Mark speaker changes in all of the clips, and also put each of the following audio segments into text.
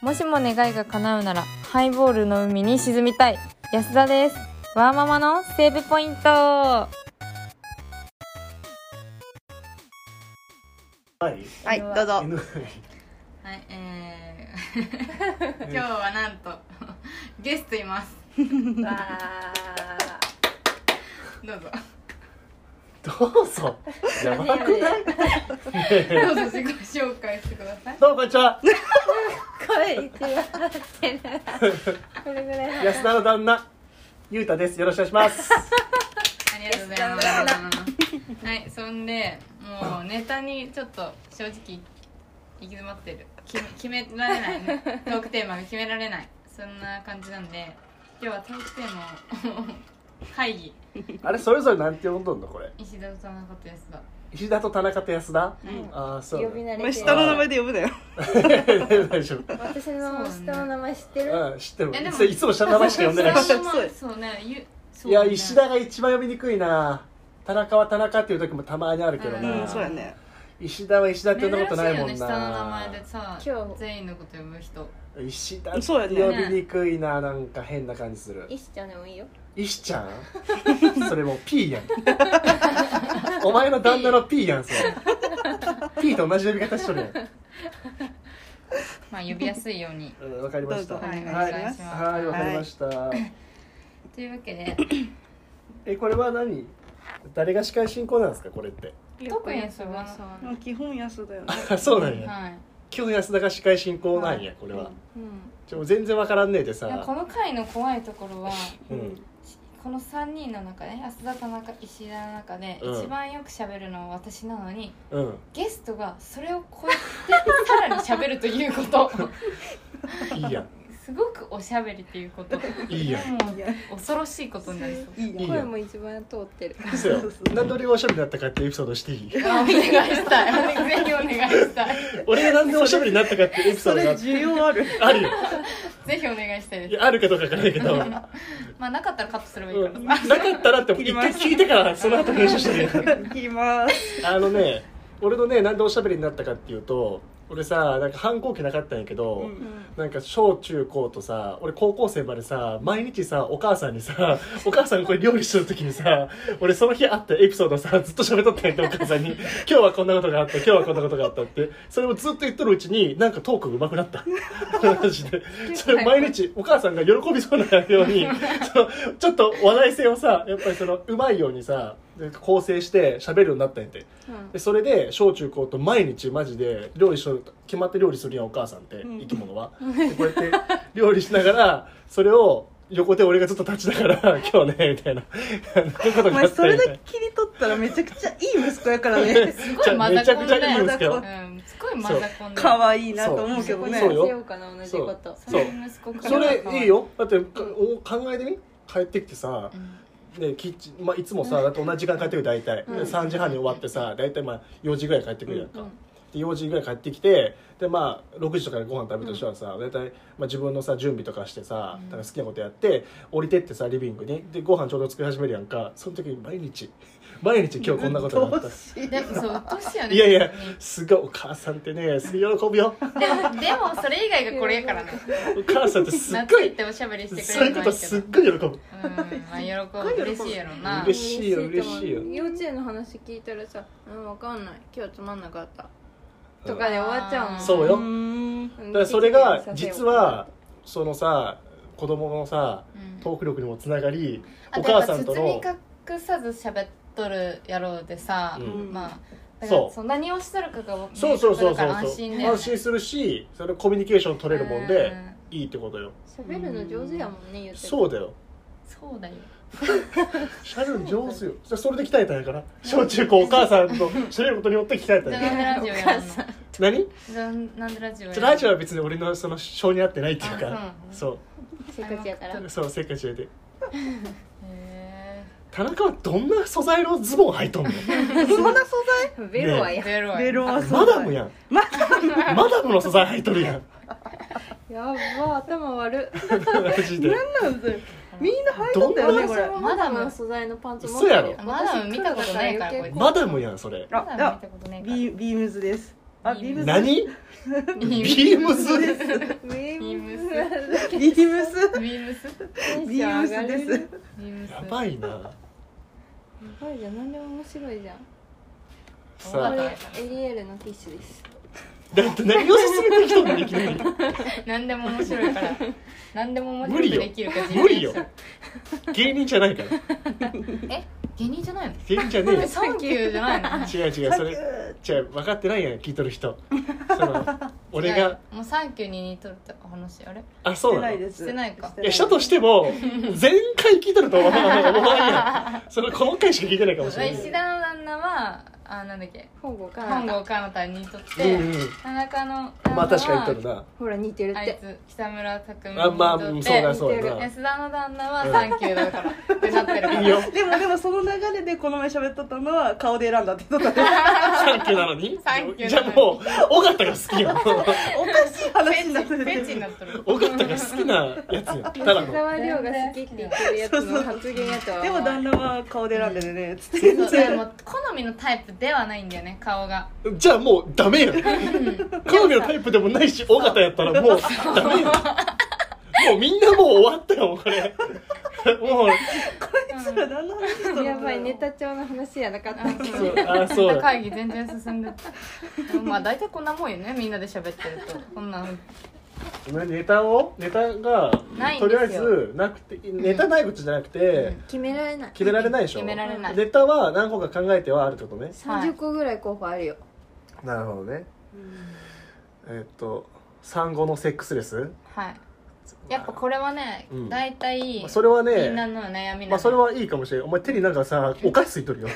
Speaker 1: もしも願いが叶うならハイボールの海に沈みたい安田ですワーママのセーブポイント
Speaker 2: はい。
Speaker 3: はい、どうぞ。
Speaker 2: N
Speaker 4: はい、えー、 今日はなんとゲストいます。 どうぞ。
Speaker 2: どうぞ。やばくない？
Speaker 4: どうぞ自己紹介してください。
Speaker 2: どうもこんにちは。
Speaker 1: 声一番これぐらい
Speaker 2: 安田の旦那ゆうたです。よろしくお願いします。
Speaker 4: ありがとうございます。はい、そんで、もうネタにちょっと正直行き詰まってる。決め決められない、ね、トークテーマが決められない。そんな感じなんで、今日はトークテーマを会議。
Speaker 2: あれそれぞれなんて呼んどんのこれ。
Speaker 4: 石田と田中と安田。
Speaker 2: 石田と田中と安田。ああそう。
Speaker 1: 呼び慣
Speaker 3: お前
Speaker 1: れて
Speaker 3: 下
Speaker 1: る
Speaker 3: の名前で呼ぶなよ。
Speaker 2: 大丈夫。
Speaker 1: 私の下の名前知ってる、
Speaker 2: うん知ってる
Speaker 4: えで。も
Speaker 2: それいつも下の名前しか呼んでないし。
Speaker 4: それはまあそうね、ゆそ
Speaker 2: いう
Speaker 4: だ
Speaker 2: や
Speaker 4: ね
Speaker 2: 石田が一番呼びにくいな。田中は田中っていう時もたまにあるけど
Speaker 3: う
Speaker 2: な。
Speaker 3: ん、そうやね。
Speaker 2: 石田は石田って呼んだことないもん
Speaker 4: 珍しよね、下の名前
Speaker 2: な。
Speaker 4: でさ
Speaker 1: 今日
Speaker 4: 全員のこと呼ぶ人
Speaker 2: 石田って
Speaker 3: そう
Speaker 2: 呼
Speaker 3: やね
Speaker 2: びにくいな。なんか変な感じする。
Speaker 1: 石ちゃんでもいいよ
Speaker 2: 石ちゃ んそれもう P やんお前の旦那の P やんそれ P と同じ呼び方しとるやん
Speaker 4: まあ呼びやすいよう に
Speaker 2: うんわかりました
Speaker 3: どうぞ
Speaker 2: はい
Speaker 4: お
Speaker 2: は
Speaker 4: 願いしま
Speaker 2: い
Speaker 4: す
Speaker 2: はいわかりました、
Speaker 4: というわけで
Speaker 2: えこれは何誰が司会進行なんですかこれって
Speaker 4: 特にそれは
Speaker 3: まあ基本安だよね。
Speaker 2: そうなんや
Speaker 4: はい
Speaker 2: 今日安田が司会進行なんやこれは
Speaker 1: うん
Speaker 2: ちょ全然わからんねえで
Speaker 4: いやこ
Speaker 2: さ
Speaker 4: の回の怖いところは
Speaker 2: うん
Speaker 4: この3人の中で安田田中石田の中で
Speaker 2: うん
Speaker 4: 一番よく喋るのは私なのに、
Speaker 2: うん
Speaker 4: ゲストがそれを超えてさらに喋るということ
Speaker 2: いいやん
Speaker 4: すごくおしゃべりということも
Speaker 2: いいやん
Speaker 3: いうや、い
Speaker 4: 恐ろしいことになりそう
Speaker 3: い
Speaker 2: い
Speaker 3: や。
Speaker 2: や
Speaker 1: 声
Speaker 2: ん
Speaker 1: も一番通ってる
Speaker 2: そうや何で俺がおしゃべりだったかっていうエピソードしていい
Speaker 4: あお願いしたいぜひお願いしたい
Speaker 2: 俺がなんでおしゃべりになったかっていうエピソ
Speaker 3: そ
Speaker 2: ード
Speaker 3: れ
Speaker 2: が
Speaker 3: 需要ある。
Speaker 2: あるよ
Speaker 4: ぜひお願いしたいです
Speaker 2: いやあるかどうかわからないけど
Speaker 4: まあなかったらカットすればいいから、
Speaker 2: うんなかったらって
Speaker 3: 切
Speaker 2: 一
Speaker 3: ります
Speaker 2: 回聞いてからその後練習して る
Speaker 3: 切ります。
Speaker 2: あのね俺のねなんでおしゃべりになったかっていうと俺さなんか反抗期なかったんやけど、
Speaker 3: うん
Speaker 2: なんか小中高とさ俺高校生までさ毎日さお母さんにさお母さんがこれ料理してる時にさ俺その日あったエピソードさずっと喋っとったんやってお母さんに「今日はこんなことがあった今日はこんなことがあった」ってそれをずっと言っとるうちになんかトークが上手くなったマジでそれ毎日お母さんが喜びそうなようにそのちょっと話題性をさやっぱりそのうまいようにさ構成して喋るようになったんやって
Speaker 1: うん
Speaker 2: でそれで小中高と毎日マジで料理しとる決まって料理するやんお母さんって、
Speaker 3: うん
Speaker 2: 生き物はでこうやって料理しながらそれを横で俺がずっと立ちながら 「今日ね」みたいなこと
Speaker 3: お前それだ
Speaker 2: みた
Speaker 3: け切り取ったらめちゃくちゃいい息子やからね。
Speaker 4: すごいマザコンだ
Speaker 2: めちゃくちゃいい
Speaker 4: よ
Speaker 2: んですけど
Speaker 4: うん、すごいマザコンだよ
Speaker 3: 可愛いなと思うけどね。
Speaker 2: そうよ
Speaker 1: しようかな同じこと
Speaker 2: そ
Speaker 4: その息子から
Speaker 2: そ
Speaker 4: は
Speaker 2: れいいよだってかお考えてみ帰ってきてさ
Speaker 4: う、ん
Speaker 2: ね、キッチン、まあ、いつもさだって同じ時間帰ってくる大体、
Speaker 1: うん
Speaker 2: で3時半に終わってさ大体まあ4時ぐらい帰ってくるやんか、
Speaker 1: うん
Speaker 2: で4時ぐらい帰ってきてでまあ6時とかにご飯食べた人はさ、大体、まあ、自分のさ準備とかしてさ
Speaker 4: うん
Speaker 2: なんか好きなことやって降りてってさリビングにでご飯ちょうど作り始めるやんかその時に毎日 毎日今日こんなことになっ
Speaker 3: ど
Speaker 2: た
Speaker 3: うしよ
Speaker 4: でもそううっとうしいよね
Speaker 2: いやいや
Speaker 4: 別に
Speaker 2: すごいお母さんってねすごい喜ぶよ
Speaker 4: でもでもそれ以外がこれやからね
Speaker 2: お母さんってすっ ご
Speaker 4: 懐い
Speaker 2: い
Speaker 4: ておしゃべりしてく
Speaker 2: そう
Speaker 4: れ
Speaker 2: いう
Speaker 4: る
Speaker 2: こ
Speaker 4: の
Speaker 2: と
Speaker 4: はいいけど
Speaker 2: すっごい喜ぶ
Speaker 4: うんまあ喜ぶ嬉しいやろな
Speaker 2: 嬉しいよ嬉しいよ
Speaker 1: と思う幼稚園の話聞いたらさ「うんわかんない今日つまんなかった」とかで終わっちゃうもん
Speaker 2: そう
Speaker 3: う
Speaker 2: よ
Speaker 3: うーん。
Speaker 2: だからそれが実はそのさ子供のさ
Speaker 4: うん
Speaker 2: トーク力にもつながり
Speaker 4: あ
Speaker 2: お
Speaker 4: とや
Speaker 2: 母
Speaker 4: っぱ
Speaker 2: さんと
Speaker 4: 包
Speaker 2: の
Speaker 4: み隠さず喋っとる野郎でさ、
Speaker 2: うん
Speaker 4: まあだか
Speaker 2: そう
Speaker 4: らそう何をしとるかが分
Speaker 2: そうそうそう
Speaker 4: る
Speaker 2: そ
Speaker 4: か
Speaker 2: う
Speaker 4: ら
Speaker 2: そう
Speaker 4: 安心だよね
Speaker 2: 安心するしそれコミュニケーション取れるもんで
Speaker 4: うん
Speaker 2: いいってことよ
Speaker 1: 喋るの上手やもんね言うて
Speaker 2: そうだよ
Speaker 4: そうだよ
Speaker 2: シャル上手よそそれで鍛えたんやから小中高お母さんと喋ることによって鍛えたん
Speaker 4: じゃあ
Speaker 2: や
Speaker 4: なんでラジオやらんの
Speaker 2: 何
Speaker 4: じゃあなんでラジオや
Speaker 2: じ
Speaker 4: ら
Speaker 2: ゃあラジオは別に俺のその性に合ってないっていう
Speaker 4: あ
Speaker 2: かそう
Speaker 1: せっかちやから
Speaker 2: そうせっかちで
Speaker 4: へ
Speaker 2: 田中はどんな素材のズボン履いとんの
Speaker 3: そんな素
Speaker 1: ベロは
Speaker 4: え
Speaker 1: や
Speaker 4: ベロ
Speaker 3: 材。ベロはそう。
Speaker 2: マダムやん
Speaker 3: マ
Speaker 2: マダムの素材履いとるやん
Speaker 1: やば頭悪っ
Speaker 2: マジで
Speaker 3: なんなんだよ。みんな入っとったよねこれ。
Speaker 1: マダムの素材のパンツ持っ
Speaker 2: 嘘
Speaker 1: て
Speaker 2: や
Speaker 1: る
Speaker 2: ろ
Speaker 1: よ
Speaker 4: マダム見たことないからこいつ
Speaker 2: マダムやんそれ
Speaker 3: あ、
Speaker 4: まだ見
Speaker 3: あ
Speaker 4: た、ことないから
Speaker 3: ビービームズです。あ、ビームズ。
Speaker 2: 何
Speaker 4: ビ
Speaker 2: ビームズ
Speaker 3: です。
Speaker 1: ウェー
Speaker 3: ビームス
Speaker 4: ビームス
Speaker 1: テン
Speaker 3: ビ
Speaker 1: ショ
Speaker 3: ー
Speaker 1: ン
Speaker 3: ム
Speaker 1: 上が
Speaker 3: ス
Speaker 1: る
Speaker 3: です
Speaker 4: ビームス
Speaker 2: やばいな
Speaker 1: やばいじゃん何でも面白いじゃん
Speaker 4: あ
Speaker 1: こ
Speaker 2: さ
Speaker 1: れエリエールのティッシュです
Speaker 2: あだって何を勧めてきたのいきなり
Speaker 4: 何でも面白いから何でも面白
Speaker 2: 無理
Speaker 4: く
Speaker 2: よ
Speaker 4: できるか自
Speaker 2: 無理
Speaker 4: 由
Speaker 2: よ芸人じゃないから
Speaker 4: え芸人じゃないの
Speaker 2: 芸人じゃねえよ
Speaker 4: サンキューじゃないの
Speaker 2: 違う違うそれ違う分かってないやん聞いとる人その 俺
Speaker 4: い
Speaker 2: が
Speaker 4: やもうサンキューに似とるって話あれ
Speaker 2: あそうな
Speaker 3: な
Speaker 2: の
Speaker 3: い
Speaker 2: い
Speaker 3: です
Speaker 4: してないか
Speaker 2: やしたとしても前回聞いとると思わんやんその今回しか聞いてないかもしれない
Speaker 4: 石田の旦那はあなんだっけ
Speaker 1: 本郷か
Speaker 4: 本
Speaker 1: ら
Speaker 4: 郷かなたに似とっ
Speaker 2: うん
Speaker 4: て、
Speaker 2: うん
Speaker 4: 田中の旦那は
Speaker 2: まあ確かに言っとるな
Speaker 1: ほら似てるっ
Speaker 4: あい
Speaker 1: て
Speaker 4: つ北村匠海に
Speaker 2: あまあ
Speaker 4: 似と
Speaker 2: うん
Speaker 4: っ
Speaker 2: そう
Speaker 4: て、
Speaker 2: だそうだな
Speaker 4: 安田の旦那はサンキューだからってなってるから
Speaker 2: いいよ
Speaker 3: でもでもその流れでこの前喋っとったのは顔で選んだって言っとったね
Speaker 2: サンキューなのに
Speaker 4: サンキュー
Speaker 2: じゃ
Speaker 4: な
Speaker 2: あ
Speaker 4: のに
Speaker 2: もう尾形が好きよ
Speaker 3: おかしい話になって
Speaker 4: フェチに
Speaker 3: て
Speaker 4: なっとる
Speaker 2: 尾形が好きなやつやただ
Speaker 1: 吉
Speaker 2: の
Speaker 1: 沢亮が好きって言ってるやつの発言やとは
Speaker 3: で
Speaker 1: 思
Speaker 3: も
Speaker 1: わない
Speaker 3: 旦那は顔で選んでるねつって
Speaker 4: そ
Speaker 3: 全
Speaker 4: うで
Speaker 3: 然
Speaker 4: も好みのタイプではないんだよね顔が
Speaker 2: じゃあもうダメやん好みのタイプでもないし尾形やったらもうダメやんもうみんなもう終わったよこれもう
Speaker 3: それ何の話しと ったの
Speaker 1: やばいネタ帳の話やなかったっけ
Speaker 2: そうあそうだ
Speaker 4: 会議全然進んでたまあ大体こんなもんよねみんなで喋ってるとこんな
Speaker 2: ねネタをネタが
Speaker 4: ないんですよ
Speaker 2: とりあえずなくてネタないことじゃなくて、
Speaker 1: 決められない
Speaker 2: 決められないでしょ
Speaker 4: 決められない
Speaker 2: ネタは何個か考えてはあるってことね
Speaker 4: はい
Speaker 1: 30個ぐらい候補あるよ
Speaker 2: なるほどねえっと産後のセックスレス
Speaker 4: はいやっぱこれはね
Speaker 2: うん
Speaker 4: 大体
Speaker 2: それは
Speaker 4: みんな
Speaker 2: ね
Speaker 4: の悩みな
Speaker 2: まあ
Speaker 4: の
Speaker 2: それはいいかもしれないお前手になんかさお菓子つい とるよ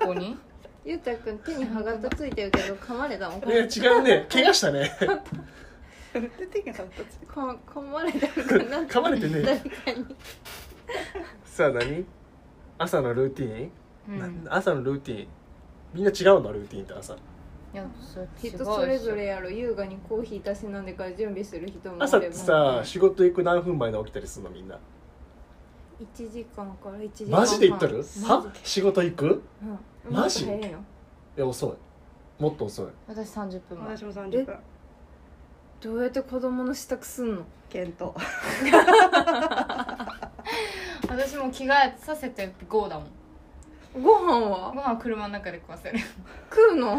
Speaker 4: ここに
Speaker 1: ゆうたくん手に歯型ついてるけど噛まれたもん
Speaker 2: いや違うね怪我したね
Speaker 3: 出てけなかった
Speaker 1: か噛まれたくな
Speaker 2: 噛まれて
Speaker 1: 誰
Speaker 2: ね
Speaker 1: かに
Speaker 2: さあ何朝のルーティ
Speaker 4: う
Speaker 2: ーン、
Speaker 4: ん
Speaker 2: な朝のルーティーンみんな違うのルーティーンって朝
Speaker 4: いやそう
Speaker 1: 人それぞれやろ優雅にコーヒーたしなんでから準備する人も
Speaker 2: 朝
Speaker 1: お
Speaker 2: っ
Speaker 1: れ
Speaker 2: て
Speaker 1: ば
Speaker 2: さ仕事行く何分前に起きたりするのみんな
Speaker 1: 1時間から1時間半
Speaker 2: マジで言っとる
Speaker 1: マジ
Speaker 2: は仕事行く
Speaker 1: うん
Speaker 2: マジ
Speaker 1: もっと早いよ
Speaker 2: いや遅いもっと遅い
Speaker 4: 私30分前
Speaker 3: 私も30分
Speaker 1: どうやって子供の支度すんの
Speaker 3: 検討
Speaker 4: 私も着替えさせてゴーだもん
Speaker 1: ご飯
Speaker 4: ご
Speaker 1: は
Speaker 4: 飯は車の中で食わせる
Speaker 1: 食うの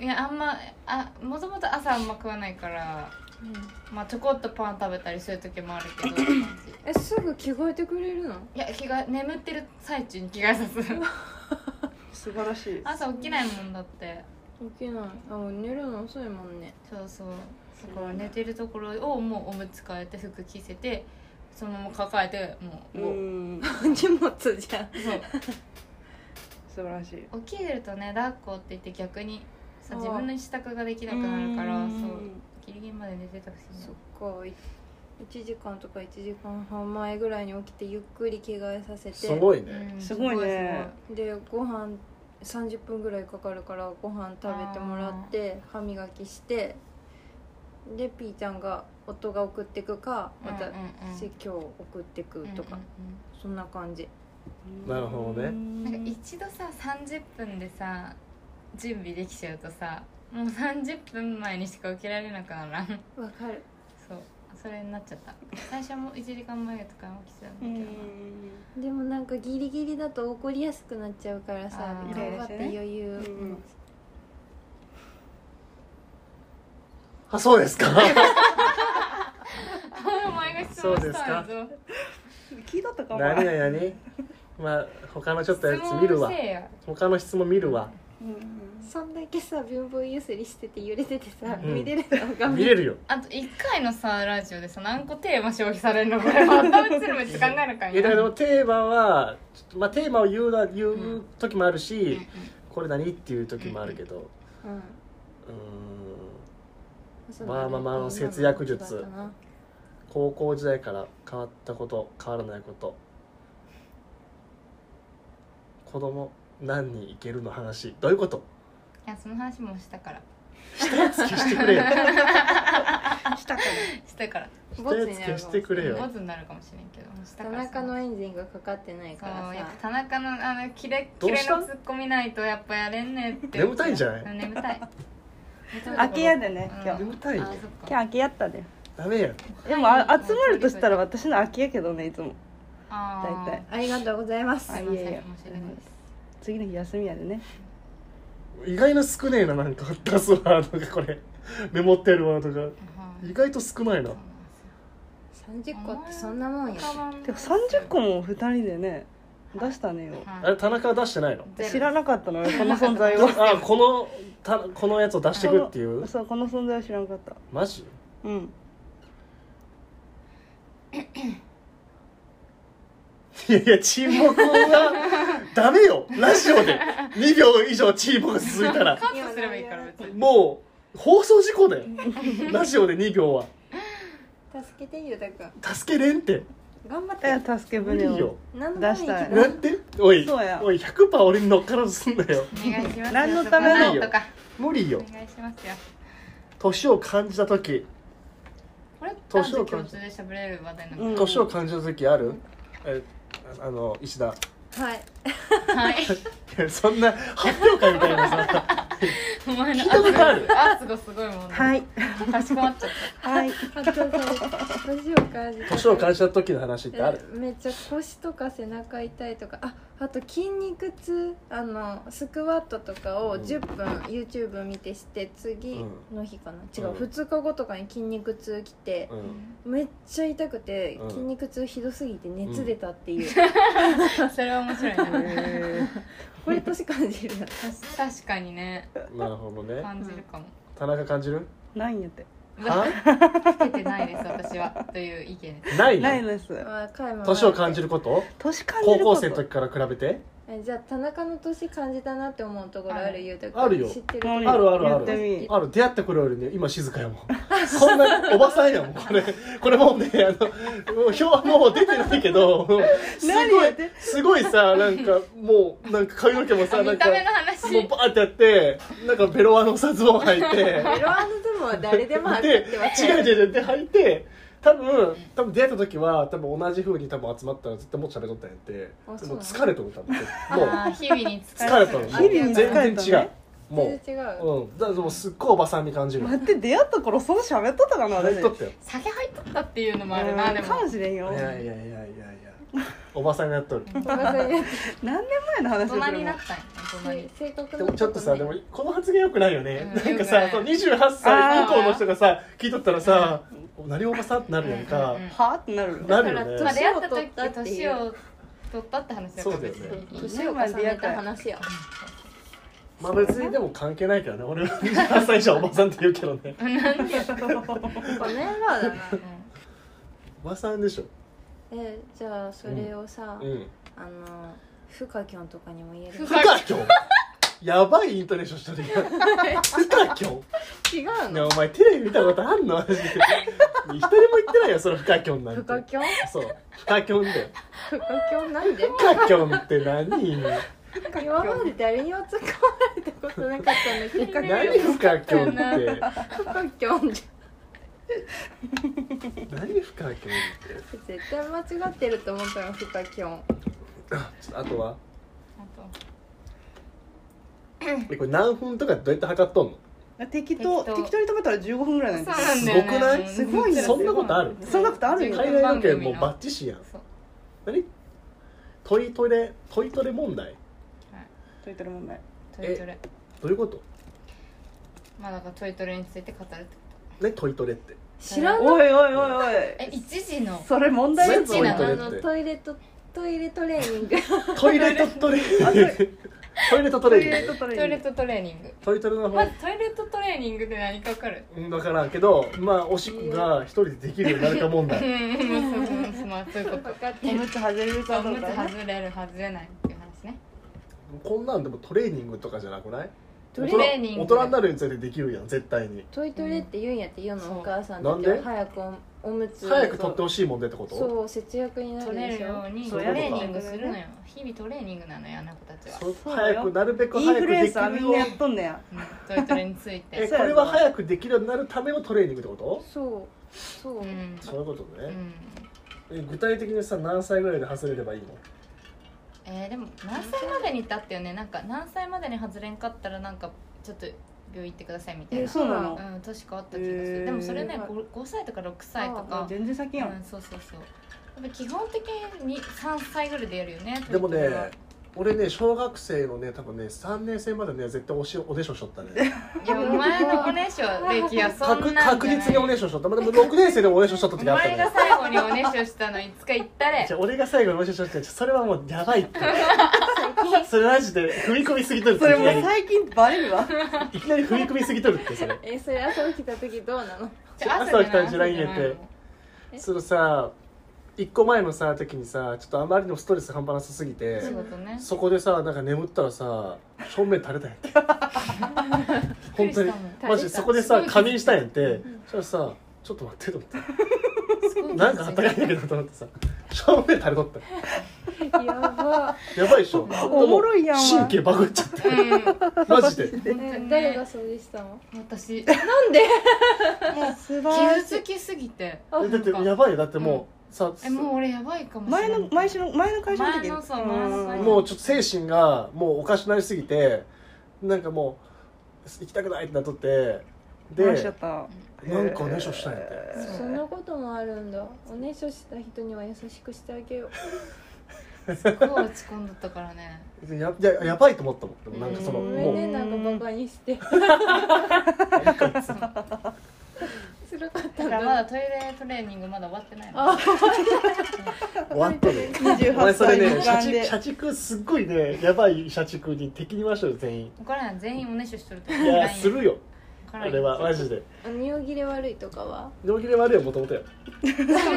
Speaker 4: いやあんまあもともと朝あんま食わないからまあちょこっとパン食べたりする時もあるけどっ て感じ
Speaker 1: えすぐ着替えてくれるの
Speaker 4: いや着替え眠ってる最中に着替えさ せる
Speaker 3: 素晴らしい
Speaker 4: 朝起きないもんだって
Speaker 1: 起きないあもう寝るの遅いもんね
Speaker 4: そうそうだから寝てるところをもうおむつ替えて服着せてそのまま抱えてもう
Speaker 3: う
Speaker 4: もうん
Speaker 1: 荷物じゃん
Speaker 4: そ
Speaker 3: 素晴らしいう
Speaker 4: 起きてるとね抱っこって言って逆にさ
Speaker 1: あー
Speaker 4: 自分の支度ができなくなるから
Speaker 3: うん
Speaker 4: そうギリギリまで寝てたくし
Speaker 1: そ
Speaker 4: ね
Speaker 1: っかい1時間とか1時間半前ぐらいに起きてゆっくり着替えさせて
Speaker 2: すごいね、
Speaker 4: うん
Speaker 3: すごいね
Speaker 1: でご飯30分ぐらいかかるからご飯食べてもらって歯磨きしてでピーちゃんが夫が送ってくか
Speaker 4: うんうんうん
Speaker 1: 私今日送ってくとか、
Speaker 4: うん
Speaker 1: そんな感じ
Speaker 2: なるほどね
Speaker 4: うんうんなんか一度さ30分でさ準備できちゃうとさもう30分前にしか起きられなくならん
Speaker 1: わかる
Speaker 4: そうそれになっちゃった最初も1時間前とか起きてた
Speaker 3: う
Speaker 4: だ
Speaker 3: ん
Speaker 4: けどなん
Speaker 1: でもなんかギリギリだと怒りやすくなっちゃうからさ
Speaker 4: あー
Speaker 1: 頑張って余裕、
Speaker 3: うん
Speaker 2: あそうですか
Speaker 4: あお前が質問したやつを
Speaker 3: 聞いとったかも
Speaker 2: 何々何まあ他のちょっとや
Speaker 4: 質
Speaker 2: つ
Speaker 4: 問
Speaker 2: 見るわ
Speaker 4: せえや
Speaker 2: 他の質問見るわ
Speaker 3: うん
Speaker 1: そんだけさ貧乏ゆすりしてて揺れててさ、
Speaker 2: うん
Speaker 1: 見れるのが
Speaker 2: 見れるよ
Speaker 4: あと1回のさラジオでさ何個テーマ消費されるのこれは頭打ちするめっちゃ考えるか
Speaker 2: いやだけ
Speaker 4: ら
Speaker 2: どテーマはちょっとまあテーマを言うな言う時もあるし、これ何っていう時もあるけど
Speaker 1: う
Speaker 2: う
Speaker 1: ん
Speaker 2: ーん
Speaker 1: そうだね
Speaker 2: まあまあまああの節約術
Speaker 1: そうだな
Speaker 2: 高校時代から変わったこと変わらないこと子供何人いけるの話どういうこと
Speaker 4: いやその話もしたから
Speaker 2: したやつ消してく れよ
Speaker 3: したか
Speaker 4: したから
Speaker 2: したやつ消してくれ
Speaker 4: ボ
Speaker 2: よ
Speaker 4: ツになるかもしれんけどもうした
Speaker 1: 田
Speaker 4: からさ
Speaker 1: 中のエンジンがかかってない
Speaker 4: そ
Speaker 1: か
Speaker 4: う
Speaker 1: らさ
Speaker 4: やっぱ田中のあのキレッ
Speaker 2: ど
Speaker 4: キ
Speaker 2: う
Speaker 4: レ
Speaker 2: した
Speaker 4: のツッコミないとやっぱやれんねって
Speaker 2: 眠たいんじゃない
Speaker 4: うん眠たい
Speaker 3: な空き家でね今日
Speaker 4: うん
Speaker 2: 眠たいよ
Speaker 4: あそっ
Speaker 3: 今
Speaker 4: か
Speaker 3: 日空き家やったね
Speaker 2: ダメやん
Speaker 3: でもあ集まるとしたら私の空きやけどねいつも
Speaker 4: あー
Speaker 3: 大体
Speaker 1: ありがとうございます、
Speaker 4: は
Speaker 3: あ
Speaker 4: い
Speaker 3: いえい
Speaker 4: 申し
Speaker 3: え
Speaker 4: 訳ないです
Speaker 3: 次の日休みやでね
Speaker 2: 意外な少ねえななんか出すワードがこれ メモってるワードが
Speaker 4: はい
Speaker 2: 意外と少ないな
Speaker 1: 30個ってそんなもんや
Speaker 4: カバン
Speaker 3: でも30個も2人でね出したねよ
Speaker 2: あれ田中は出してないの
Speaker 4: ゼロ
Speaker 3: 知らなかったのよこの存 在を
Speaker 2: あこのたこのやつを出してくっていう
Speaker 3: そうこの存在を知らなかった
Speaker 2: マジ
Speaker 3: うん
Speaker 2: いやいや沈黙はダメよラジオで2秒以上沈黙が続いたら
Speaker 4: カットすればいいから別に
Speaker 2: もう放送事故だよラジオで2秒は
Speaker 1: 助けてゆうたくん
Speaker 2: 助けれんって
Speaker 1: 頑張っ
Speaker 3: だ
Speaker 1: て
Speaker 3: から助け
Speaker 2: 無
Speaker 3: 舟
Speaker 2: 理
Speaker 3: を
Speaker 2: よ
Speaker 1: 何のため
Speaker 3: 出し
Speaker 1: に
Speaker 3: たい
Speaker 2: なんでおい
Speaker 3: そうや
Speaker 2: おい100%俺に乗っからずすんだよ
Speaker 4: お願いしますよ
Speaker 3: 何のための
Speaker 4: なんとか
Speaker 2: 無理
Speaker 4: お
Speaker 2: よ
Speaker 4: 願いしますよ
Speaker 2: 年を感じた時
Speaker 4: これ男
Speaker 2: 年を
Speaker 4: 女
Speaker 2: 感
Speaker 4: 共
Speaker 2: じ
Speaker 4: 通で喋れる話題な
Speaker 3: う
Speaker 4: の
Speaker 3: ん
Speaker 2: 年を感じた時あるえあの石田
Speaker 1: はい
Speaker 4: かはい
Speaker 2: いやそんな発表会みたいな さ
Speaker 4: お前の
Speaker 2: 聞いたことある
Speaker 4: 圧がすごいもんね
Speaker 3: はい
Speaker 4: かしこまっちゃっ
Speaker 3: はい
Speaker 1: 発表された年を感じた
Speaker 2: 年を感じた時の話ってある
Speaker 1: えめっちゃ腰とか背中痛いとかああと筋肉痛あのスクワットとかを
Speaker 2: うん
Speaker 1: 10分 YouTube 見てして次の日かな、違う、
Speaker 2: うん
Speaker 1: 2日後とかに筋肉痛きて
Speaker 2: う、ん
Speaker 1: めっちゃ痛くて、
Speaker 2: うん
Speaker 1: 筋肉痛ひどすぎて熱出たっていう、
Speaker 4: たそれは面白いね
Speaker 3: え
Speaker 1: これ年感じるな
Speaker 4: た確かにね
Speaker 2: なるほどね
Speaker 4: 感じるかも
Speaker 2: 田中感じ る
Speaker 3: ーないんやって
Speaker 2: は
Speaker 4: つけてないです私はという意見です
Speaker 2: ないの
Speaker 3: ないです
Speaker 1: まあ加山は
Speaker 2: 年を感じること
Speaker 3: 年感じ
Speaker 2: 高
Speaker 3: るこ
Speaker 2: 校生の
Speaker 3: と
Speaker 2: 時から比べて
Speaker 1: えじゃあ田中の年感じたなって思うところあ
Speaker 4: あ
Speaker 1: る
Speaker 4: る
Speaker 1: ゆうたくん
Speaker 2: あるよ
Speaker 1: 知ってる
Speaker 3: 何
Speaker 2: あるあるある
Speaker 3: 言ってみ
Speaker 2: ある出会ってくるよりね今静かやもんこんなおばさんやもんこれこれもうねあの表はもう出てないけどす
Speaker 3: 何
Speaker 2: ご
Speaker 3: や
Speaker 2: い
Speaker 3: って
Speaker 2: すごいさなんかもうなんか髪の毛もさなん
Speaker 4: 見
Speaker 2: か
Speaker 4: た目の
Speaker 2: も
Speaker 4: 話
Speaker 2: うバーってやってなんかベロワのさズボン履いて
Speaker 1: ベロアのズボンは誰でもある
Speaker 2: で
Speaker 1: ってわけ
Speaker 2: 違う違う違うで履いて多分多分出会った時は多分同じ風に多分集まったら絶対もっと喋っとったんやって
Speaker 1: あそうな
Speaker 2: も
Speaker 1: の
Speaker 2: う疲れとる多分も
Speaker 4: あ
Speaker 2: う
Speaker 4: ー日々に
Speaker 2: 疲れ
Speaker 4: 疲
Speaker 2: た
Speaker 4: れ
Speaker 2: のも
Speaker 4: て
Speaker 2: う
Speaker 1: 日々
Speaker 2: 全
Speaker 1: に
Speaker 2: 然
Speaker 3: 疲れたの
Speaker 2: 違う
Speaker 3: ね
Speaker 2: も
Speaker 1: 全然違
Speaker 2: ううんだからもうすっごいおばさんに感じる
Speaker 3: 待って出会った頃そう喋っとったかな
Speaker 2: あれ
Speaker 3: 私
Speaker 2: とったよ
Speaker 4: 酒入っとったっていうのもあるなでも
Speaker 3: かもしれんよ
Speaker 2: いやいやいやいやいやおばさんになっとる
Speaker 1: うごめんなさいね
Speaker 3: 何年前の
Speaker 4: 大
Speaker 3: 話
Speaker 4: 人
Speaker 3: する
Speaker 4: にな
Speaker 3: の
Speaker 4: ったんや大人
Speaker 1: 正
Speaker 4: に
Speaker 1: 正確
Speaker 2: で
Speaker 1: な
Speaker 2: もちょっとさでもこの発言よくないよね、
Speaker 4: うん
Speaker 2: なんか
Speaker 4: 良
Speaker 2: さ
Speaker 4: く
Speaker 2: そ
Speaker 4: な
Speaker 2: の
Speaker 4: い
Speaker 2: 28歳以
Speaker 3: あー
Speaker 2: 降の人がさ聞いとったらさ「何おばさん?」ってなるやんか、
Speaker 4: うんうんうん
Speaker 3: はあってな る
Speaker 4: だ
Speaker 2: なる
Speaker 4: か
Speaker 2: よ
Speaker 4: ら
Speaker 2: ね
Speaker 4: まあ出会った
Speaker 1: 年を取ったっていう
Speaker 4: 時年を取ったって話だから別
Speaker 2: そうだよね
Speaker 4: にいい
Speaker 1: 年を重ねた話や
Speaker 2: まあ別にでも関係ないけどね俺は28歳以上はおばさんって言うけどね
Speaker 1: この野郎だな
Speaker 2: おばさんでしょ
Speaker 1: えじゃあそれをさ、
Speaker 2: うん
Speaker 1: あのふかきょんとかにも言える
Speaker 4: ふ
Speaker 2: 不可教やばいイントネーションしてるやん不可教
Speaker 1: 違う
Speaker 2: ね
Speaker 1: の
Speaker 2: お前テレビ見たことあんのマジで一人も言ってないよそれ不可教なんて
Speaker 1: ふかきょん
Speaker 2: そう不可教だよ
Speaker 1: ふかきょんなんで
Speaker 2: 不可教って何
Speaker 1: 今まで誰にも使われたことなかったんだけどふか
Speaker 2: 何不可教って
Speaker 1: きょんじ
Speaker 2: 何不可教って
Speaker 1: ゃん絶対間違ってると思ったのふかきょん
Speaker 2: あとは
Speaker 4: あ
Speaker 2: えこれ何分とかどうやって測っとんの
Speaker 3: 適当
Speaker 4: 適当
Speaker 3: 適当に食べたら15分ぐらいなん
Speaker 4: と
Speaker 3: です
Speaker 4: そうなんだ
Speaker 2: すご
Speaker 4: よね
Speaker 2: くない
Speaker 3: すごいね
Speaker 2: そんなことある
Speaker 3: そんなことあるよ
Speaker 2: 海外ロケもうバッチシやん
Speaker 4: そう
Speaker 2: 何トイトレトイトレ問題
Speaker 3: といてる問題
Speaker 4: トイトレ
Speaker 2: どういうこと
Speaker 4: まあだからトイトレについて語るって
Speaker 2: ねトイトレって
Speaker 1: 知らん
Speaker 3: おいおいおい
Speaker 4: え
Speaker 3: おい
Speaker 4: 一時の
Speaker 3: それ問題
Speaker 2: 全
Speaker 3: や
Speaker 2: 部トイト
Speaker 3: ぞ
Speaker 2: レ
Speaker 1: あ
Speaker 2: っ
Speaker 1: の
Speaker 2: て
Speaker 1: トイレとトイレトレーニン グ
Speaker 2: トイレットトレーニングトイレットトレーニング
Speaker 3: ト
Speaker 4: トイ
Speaker 3: イレ
Speaker 4: レ
Speaker 3: ッ
Speaker 4: ットトレーニング
Speaker 2: トイトレの
Speaker 4: ま
Speaker 2: 方
Speaker 4: ずトイレットトレーニングって何か分かる
Speaker 2: うんわからんけどまあおしっこが一人でできるようになるか問
Speaker 4: うん
Speaker 2: 題
Speaker 4: そうそうそうまあそういう こと
Speaker 1: 分かっ
Speaker 3: ト
Speaker 1: て
Speaker 3: お
Speaker 1: る
Speaker 3: むつ外れる
Speaker 4: お
Speaker 3: かどう
Speaker 4: むつ
Speaker 3: かね
Speaker 4: 外れる外れないっていう話ね
Speaker 2: こんなんでもトレーニングとかじゃなくない
Speaker 1: ト
Speaker 4: ー
Speaker 1: レ
Speaker 4: ニング
Speaker 2: 大人大人になるにつれてできるやん絶対に
Speaker 1: トイトレって言うんやって言う
Speaker 4: そう
Speaker 1: のお母さん
Speaker 2: なんで
Speaker 1: 早くおおむつを
Speaker 2: 早く取ってほしいもんでってこと
Speaker 1: そう節約になる
Speaker 4: 取れ
Speaker 1: でし
Speaker 4: るよ
Speaker 1: ょ
Speaker 4: うにト
Speaker 2: そう
Speaker 4: レ
Speaker 2: いうこ
Speaker 4: ー
Speaker 2: とか
Speaker 4: ニングするのよ日々トレーニングなのよあの子たちは、
Speaker 2: そう
Speaker 3: そうだよ
Speaker 2: 早くなるべく
Speaker 3: イン
Speaker 2: 早
Speaker 3: フ
Speaker 2: く
Speaker 3: ルエ
Speaker 2: で
Speaker 3: ン
Speaker 2: き
Speaker 3: サーみ
Speaker 2: る
Speaker 3: ん
Speaker 2: よ
Speaker 3: なやっとんねや
Speaker 4: うん、トイトレについ
Speaker 2: え
Speaker 4: て
Speaker 2: これは早くできるようになるためのトレーニングってこと
Speaker 1: そうそう、
Speaker 4: うん
Speaker 2: そういうこと
Speaker 4: う
Speaker 2: ね、
Speaker 4: ん
Speaker 2: え具体的にさ何歳ぐらいで外れればいいの
Speaker 4: えーでも何歳までに至ってよねなんか何歳までに外れんかったらなんかちょっと病院行ってくださいみたい
Speaker 3: え
Speaker 4: な
Speaker 3: そうなの
Speaker 4: うん確かあった気がする
Speaker 3: へー
Speaker 4: でもそれね 5, 歳とか6歳と
Speaker 3: あ
Speaker 4: か
Speaker 3: 全然先や
Speaker 4: うんん、そうそうそうやっぱ基本的に3歳ぐらいでやるよね
Speaker 2: でも
Speaker 4: トリ
Speaker 2: ね
Speaker 4: ッ
Speaker 2: 俺ね小学生のね多分ね3年生までね絶対おしオデーションしとったね
Speaker 4: クはいやお前のおねしょできや そんなんじゃ
Speaker 2: 確
Speaker 4: ない
Speaker 2: 確実にオデーションしとった、まあ、でも6年生でもオデーションしとった
Speaker 4: お
Speaker 2: 時あった
Speaker 4: 前が
Speaker 2: ね
Speaker 4: 最後におねしょしたのいつか言ったれ
Speaker 2: じゃあ俺が最後にオデーションしとったそれはもうやばいって それマジで踏み込みすぎとるって
Speaker 3: そ
Speaker 2: い
Speaker 3: れ
Speaker 2: き
Speaker 3: も
Speaker 2: な
Speaker 3: う
Speaker 2: り
Speaker 3: 最近バレるわ
Speaker 2: いきなり踏み込みすぎとるってそれ
Speaker 1: えそれ朝起きた時どうなの
Speaker 4: じゃあ
Speaker 2: 朝
Speaker 4: 朝
Speaker 2: 起きたら地雷入れて
Speaker 1: え
Speaker 2: そのさ一個前のさ時にさちょっとあまりにもストレス半端なさすぎて
Speaker 4: 仕事ね
Speaker 2: そこでさなんか眠ったらさ正面垂れたんやって本当に
Speaker 4: びっくりし
Speaker 2: マジそこでさ
Speaker 4: すごい
Speaker 2: 仮眠したんやってそしたらさちょっと待ってと思って
Speaker 4: たもん
Speaker 2: なんかあったかいんだけどと思ってさ正面垂れとっ
Speaker 1: やば、
Speaker 2: たやばいでしょ
Speaker 3: おもろいやんわ
Speaker 2: 神経バグっちゃっ
Speaker 4: うん
Speaker 2: たマジで
Speaker 4: 本当にね
Speaker 1: ね、誰が掃除したの
Speaker 4: 私
Speaker 3: 素晴
Speaker 4: 傷
Speaker 3: らし
Speaker 4: つ
Speaker 3: い
Speaker 4: きすぎて
Speaker 1: あ
Speaker 2: えだってやばいよだってもうさ
Speaker 4: えもう俺やばいかもしれ
Speaker 3: 前
Speaker 4: ない
Speaker 3: の前の前の会社の時
Speaker 4: 前のそう前の会社
Speaker 2: もうちょっと精神がもうおかしくなりすぎてなんかもう行きたくないってなっとってで
Speaker 3: 話しちゃった
Speaker 2: なんかおねしょしたんやって
Speaker 1: そんなこともあるんだおねしょした人には優しくしてあげよ
Speaker 4: すごい落ち込んだったからね
Speaker 2: やややばいと思ったもんでもなんかそうの
Speaker 1: ご
Speaker 2: も
Speaker 1: めん
Speaker 2: う
Speaker 1: ねなんかバカ にしてつらかっ
Speaker 4: だ
Speaker 1: た
Speaker 4: か
Speaker 1: ん
Speaker 4: らま
Speaker 1: だ
Speaker 4: だトイレトレーニングまだ終わってないの
Speaker 1: あ
Speaker 2: 終わったねお前
Speaker 3: 28
Speaker 2: それ
Speaker 3: 歳の
Speaker 2: ね
Speaker 3: 時
Speaker 2: 社
Speaker 3: 間
Speaker 2: 畜
Speaker 3: で
Speaker 2: 社畜すっごいねやばい社畜に敵に回したよ全員
Speaker 4: これは全員おねしょしとると思
Speaker 2: いやするよあれはマジで
Speaker 1: 尿切れ悪いとかは
Speaker 2: 上切れ悪いよもともとや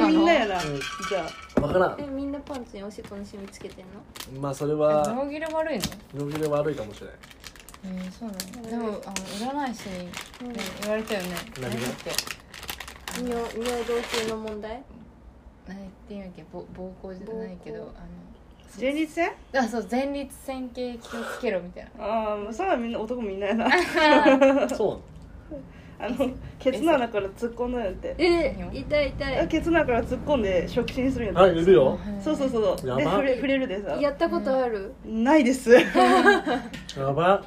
Speaker 3: みんなやな
Speaker 2: うん
Speaker 3: じゃ
Speaker 2: 分から
Speaker 1: え
Speaker 2: ん
Speaker 1: みんなパンツにおしっこの染みつけてんの
Speaker 2: まあそれは
Speaker 4: 脳切れ悪いの
Speaker 2: 上切れ悪いかもしれない
Speaker 4: うんそうなのでもあの占い師に
Speaker 1: うん
Speaker 4: ね言われたよね
Speaker 2: 何
Speaker 4: だ
Speaker 2: が
Speaker 4: っけ
Speaker 1: 尿尿道系の問題
Speaker 4: 何っていうんだっけぼ膀胱じゃないけど
Speaker 1: 膀
Speaker 4: あ
Speaker 3: あ前立腺
Speaker 4: のあそう前立腺系気をつけろみたいな
Speaker 3: ああそれはみんな男みんなやな
Speaker 2: そうなの
Speaker 3: あのケツの穴から突っ込んだんやって
Speaker 1: え痛い痛い
Speaker 3: ケツの穴から突っ込んで触診するんや
Speaker 2: は
Speaker 3: っ
Speaker 2: い
Speaker 3: て
Speaker 2: いるよ
Speaker 3: そうそうそうそう
Speaker 2: やば
Speaker 3: で触れ触れるでさ
Speaker 1: やったことある
Speaker 3: ないです
Speaker 2: やば
Speaker 4: やば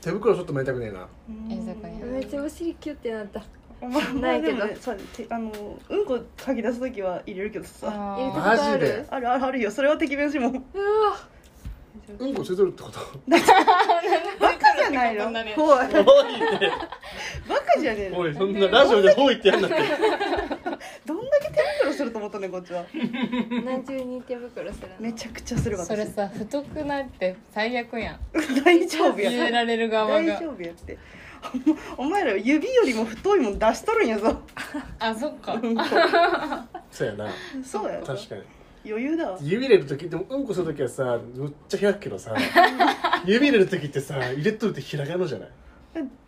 Speaker 2: 手袋ちょっとめたくねえな
Speaker 4: えだから
Speaker 1: めっちゃお尻キュってなった
Speaker 3: お前
Speaker 1: な
Speaker 3: ないい
Speaker 1: け
Speaker 3: け
Speaker 1: ど
Speaker 3: ど、ね、そうてあのうんこ吐き出す時は入れるけどさ
Speaker 4: あ
Speaker 1: 入れ
Speaker 4: ー
Speaker 1: たことあ
Speaker 2: マジで
Speaker 1: る
Speaker 3: あるあるあるよそれは敵弁しもん
Speaker 1: うわ
Speaker 2: うんこついてるってこと
Speaker 3: バカじゃないの怖い
Speaker 2: おいって
Speaker 3: バカじゃねえの
Speaker 2: おいそんなラジオでおいってやんなって
Speaker 3: どんだけ手袋すると思ったねこっちは
Speaker 1: 何重に手袋するの
Speaker 3: めちゃくちゃするわ
Speaker 4: それ
Speaker 3: 私
Speaker 4: さ太くなって最悪やん
Speaker 3: 大丈夫
Speaker 4: 入れ
Speaker 3: や
Speaker 4: られる側
Speaker 3: 大
Speaker 4: が
Speaker 3: 丈夫やってお前ら指よりも太いもん出しとるんや ぞ
Speaker 4: あそっか
Speaker 3: うんこ
Speaker 2: そうやな
Speaker 3: そうやろ
Speaker 2: 確かに
Speaker 3: 余裕だわ
Speaker 2: 指入れる時でもうんこする時はさむっちゃ開くけど さ指入れる時ってさ入れとるって開かんのじゃない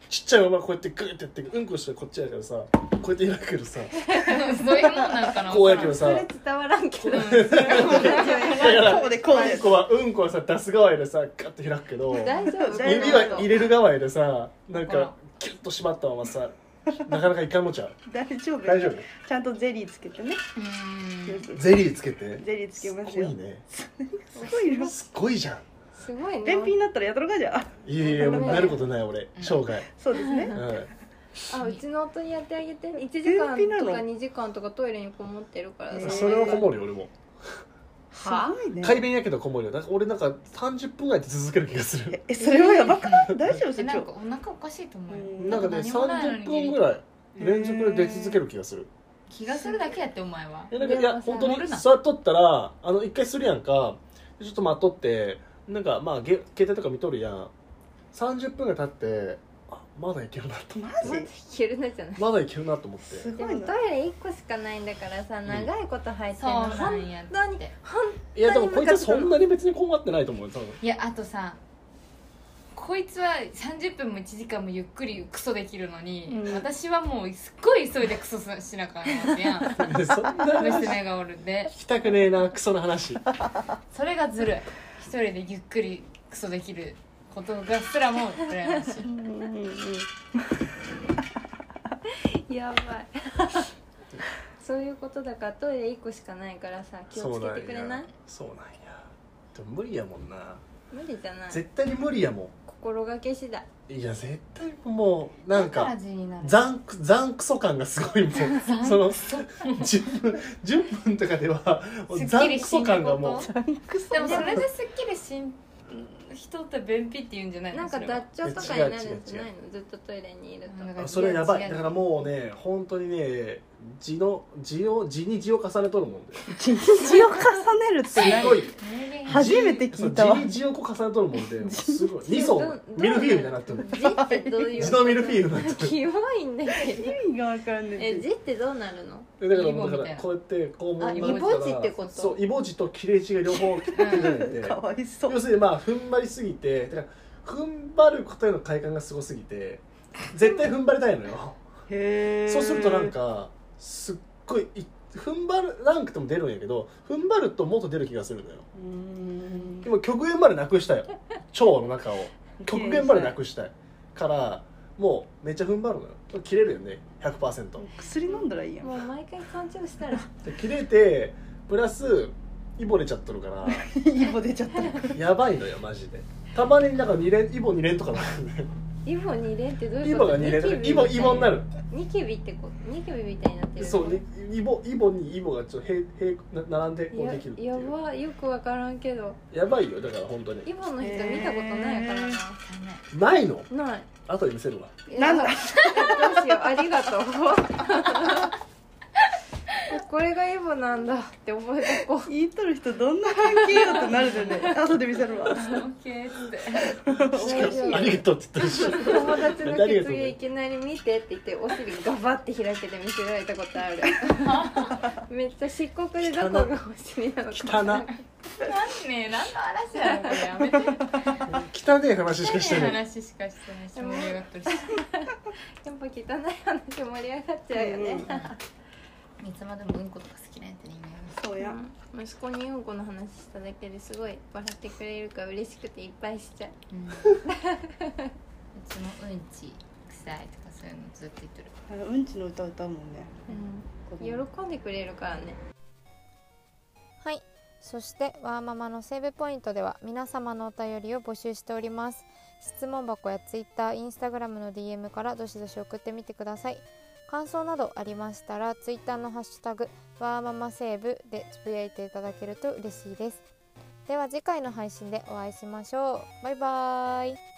Speaker 2: ちっちゃいままこうやってグーってやってうんこしたらこっちやからさこうやって開くけどさ
Speaker 4: そういうもんなんかな
Speaker 2: こうやけどさ
Speaker 1: それ伝わらんけど
Speaker 2: ら
Speaker 3: こうでこう
Speaker 2: う
Speaker 3: で
Speaker 2: んこはうんこはさ出す側やでさガッて開くけど
Speaker 1: 大丈夫
Speaker 2: 指は入れる側やでさなん
Speaker 4: ほら
Speaker 2: かキュッと締まったままさなかなかいかんのちゃう
Speaker 3: 大丈夫
Speaker 2: 大丈夫
Speaker 3: ちゃんとゼリーつけてね
Speaker 4: うーん
Speaker 3: ゼ
Speaker 2: ゼリーつけて
Speaker 3: リーつけ
Speaker 2: す
Speaker 3: ます
Speaker 2: ご
Speaker 3: よ
Speaker 2: いね
Speaker 3: すごいよ
Speaker 2: すごいじゃん
Speaker 1: すごいね
Speaker 3: 便秘になったらやっとるかじゃあ
Speaker 2: いやいやもうなることない俺生涯
Speaker 3: そうですね
Speaker 2: うん
Speaker 1: あうちの夫にやってあげて1時間
Speaker 3: 便秘な
Speaker 1: と
Speaker 3: の
Speaker 1: か2時間とかトイレにこもってるから
Speaker 3: えー
Speaker 1: さ
Speaker 2: それはこもるよ俺も
Speaker 3: すごいね
Speaker 2: 改便やけどこもるよなんか俺なんか30分ぐらいって続ける気がする
Speaker 3: えそれはやばくない大丈夫
Speaker 4: え
Speaker 3: そっち
Speaker 4: なんかお腹おかしいと思うよ
Speaker 3: うん
Speaker 2: なんかね
Speaker 4: 何もないのに
Speaker 2: 30分ぐらい連続で出続ける気がする
Speaker 4: 気がするだけやってお前は
Speaker 2: えなんかいや
Speaker 1: でも
Speaker 2: 本
Speaker 1: さ
Speaker 2: 当
Speaker 4: 乗る
Speaker 2: に
Speaker 4: な
Speaker 2: 座っとったらあの一回するやんかちょっと待っとってなんかまあゲ携帯とか見とるやん30分が経ってあまだいけるなと思って
Speaker 1: まだいけるなじゃない
Speaker 2: まだいけるなと思って
Speaker 3: す
Speaker 1: で
Speaker 3: ごい
Speaker 1: もト
Speaker 3: な
Speaker 1: イレ1個しかないんだからさ長いこと入って
Speaker 4: そ
Speaker 1: ん
Speaker 4: う
Speaker 1: の
Speaker 4: なんや
Speaker 1: 本当
Speaker 4: っ
Speaker 1: に
Speaker 4: て
Speaker 2: いやでもこいつはそんなに別に困ってないと思うよ多分
Speaker 4: いやあとさこいつは30分も1時間もゆっくりクソできるのに、
Speaker 3: うん
Speaker 4: 私はもうすっごい急いでクソしなあかんわけやん
Speaker 2: そんな話聞
Speaker 4: 娘がおるんで
Speaker 2: きたくねえなクソの話
Speaker 4: それがずるい一人でゆっくりクソできることがすらも羨ましい
Speaker 3: うんうんうん
Speaker 1: やばい そういうことだからトイレ1個しかないからさ気をつけてくれない
Speaker 2: そうなんやそうなんやでも無理やもんな
Speaker 1: 無理じゃない
Speaker 2: 絶対に無理やも
Speaker 1: 心がけ次第
Speaker 2: んいや絶対もうなん
Speaker 4: だから
Speaker 2: か
Speaker 4: 味になる
Speaker 2: 残酷残クソ感がすごいもうその10分10分とかでは
Speaker 4: すっき
Speaker 2: 残
Speaker 4: り
Speaker 2: ク
Speaker 4: 死
Speaker 2: ソ
Speaker 4: ん
Speaker 2: 感
Speaker 4: だ
Speaker 2: が
Speaker 4: こ
Speaker 2: もう
Speaker 4: とでもそれですっきり死ん人って便秘って言うんじゃないの
Speaker 1: なんか
Speaker 4: それは
Speaker 1: 脱腸とかになるんじゃないのずっとトイレにいる
Speaker 4: な
Speaker 1: と
Speaker 4: ん
Speaker 1: か
Speaker 4: か
Speaker 2: あそれやば
Speaker 4: 違う違
Speaker 2: いうだからもうね本当にね字の字を字に字を重ねとるもんで
Speaker 3: 日を重ねるっ
Speaker 2: す
Speaker 3: て
Speaker 2: ごい
Speaker 4: 人間
Speaker 3: は初めて聞いた
Speaker 2: そ
Speaker 3: わ
Speaker 2: う字に字をこう重ねとるもんです ごい2層ミルフィーユみたいになってる
Speaker 1: 字ってどういう
Speaker 2: 字のミルフィーユにな ってる
Speaker 1: キモいんだけど
Speaker 3: 意味がわかんない
Speaker 1: え字ってどうなるの
Speaker 2: でだからもうだ
Speaker 4: イボみた
Speaker 2: か
Speaker 4: い
Speaker 2: ら
Speaker 4: な
Speaker 2: こうやってこうも
Speaker 1: あ
Speaker 2: うなんか
Speaker 1: イボ痔ってこと
Speaker 2: そうイボ痔と切れ字が両方切れてるんで
Speaker 3: かわいそう
Speaker 2: 要するにまあ踏ん張りすぎてだから踏ん張ることへの快感がすごすぎて絶対踏ん張りたいのよ
Speaker 3: へえ
Speaker 2: そうするとなんかすっごいい踏ん張らなくても出るんやけど踏ん張るともっと出る気がするのよ
Speaker 3: うーん
Speaker 2: 今極限までなくしたよ腸の中を極限までなくしたいからもうめっちゃ踏ん張るのよ切れるよね100%
Speaker 3: 薬飲んだら いいやん
Speaker 1: もう毎回勘違いしたら
Speaker 2: で切れてプラスイボれちゃっとる から
Speaker 3: イボ出ちゃった
Speaker 2: やばいのよマジでたまになんか二連イボ2連とかなるんだよ
Speaker 1: イボ二連ってどうい
Speaker 2: イ
Speaker 1: うこ
Speaker 2: ボ
Speaker 1: と
Speaker 2: が2連イ
Speaker 1: ニキビ
Speaker 2: ボイボになる
Speaker 1: ニキビってことニキビみたいになってる
Speaker 2: そうねイボイボにイボがちょっと平平な並んでこうできるってい
Speaker 1: やや
Speaker 2: う
Speaker 1: ばよくわからんけど
Speaker 2: やばいよだから本当に
Speaker 1: イボの人見たことないから
Speaker 2: ないの
Speaker 1: なない
Speaker 2: 後で見せるわ
Speaker 1: いや
Speaker 3: なんだ
Speaker 1: どうしようあり がとうこれがイボなんだって覚えとこ
Speaker 3: 言いとる人どんな関係よってなるでね後で見せるわ
Speaker 4: オッケーっつって
Speaker 1: う面 白い
Speaker 2: ありがとうって言って るし
Speaker 1: 友達の血液いきなり見てって言ってお尻ガバって開けて見せられたことあるめっちゃ漆黒でどこがお尻なのか
Speaker 2: 汚な
Speaker 4: なんね何の話やろこれやめて
Speaker 2: 汚ねえ話しかしてない
Speaker 4: 話しかしてないし盛り上がってるし
Speaker 1: やっぱ汚い話盛り上がっちゃうよね、
Speaker 4: いつまでもうんことか好きなんて人間
Speaker 3: そうやん
Speaker 1: 息子にうんこの話しただけですごい笑ってくれるから嬉しくていっぱいしちゃう
Speaker 4: うん、うちもうんち臭いとかそういうのずっと言ってる
Speaker 3: あのうんちの歌歌うもんね子供
Speaker 1: 喜んでくれるからね
Speaker 5: はい。そしてワーママのセーブポイントでは皆様のお便りを募集しております。質問箱や Twitter、Instagram の DM からどしどし送ってみてください。感想などありましたら Twitter のハッシュタグワーママセーブでつぶやいていただけると嬉しいです。では次回の配信でお会いしましょう。バイバーイ。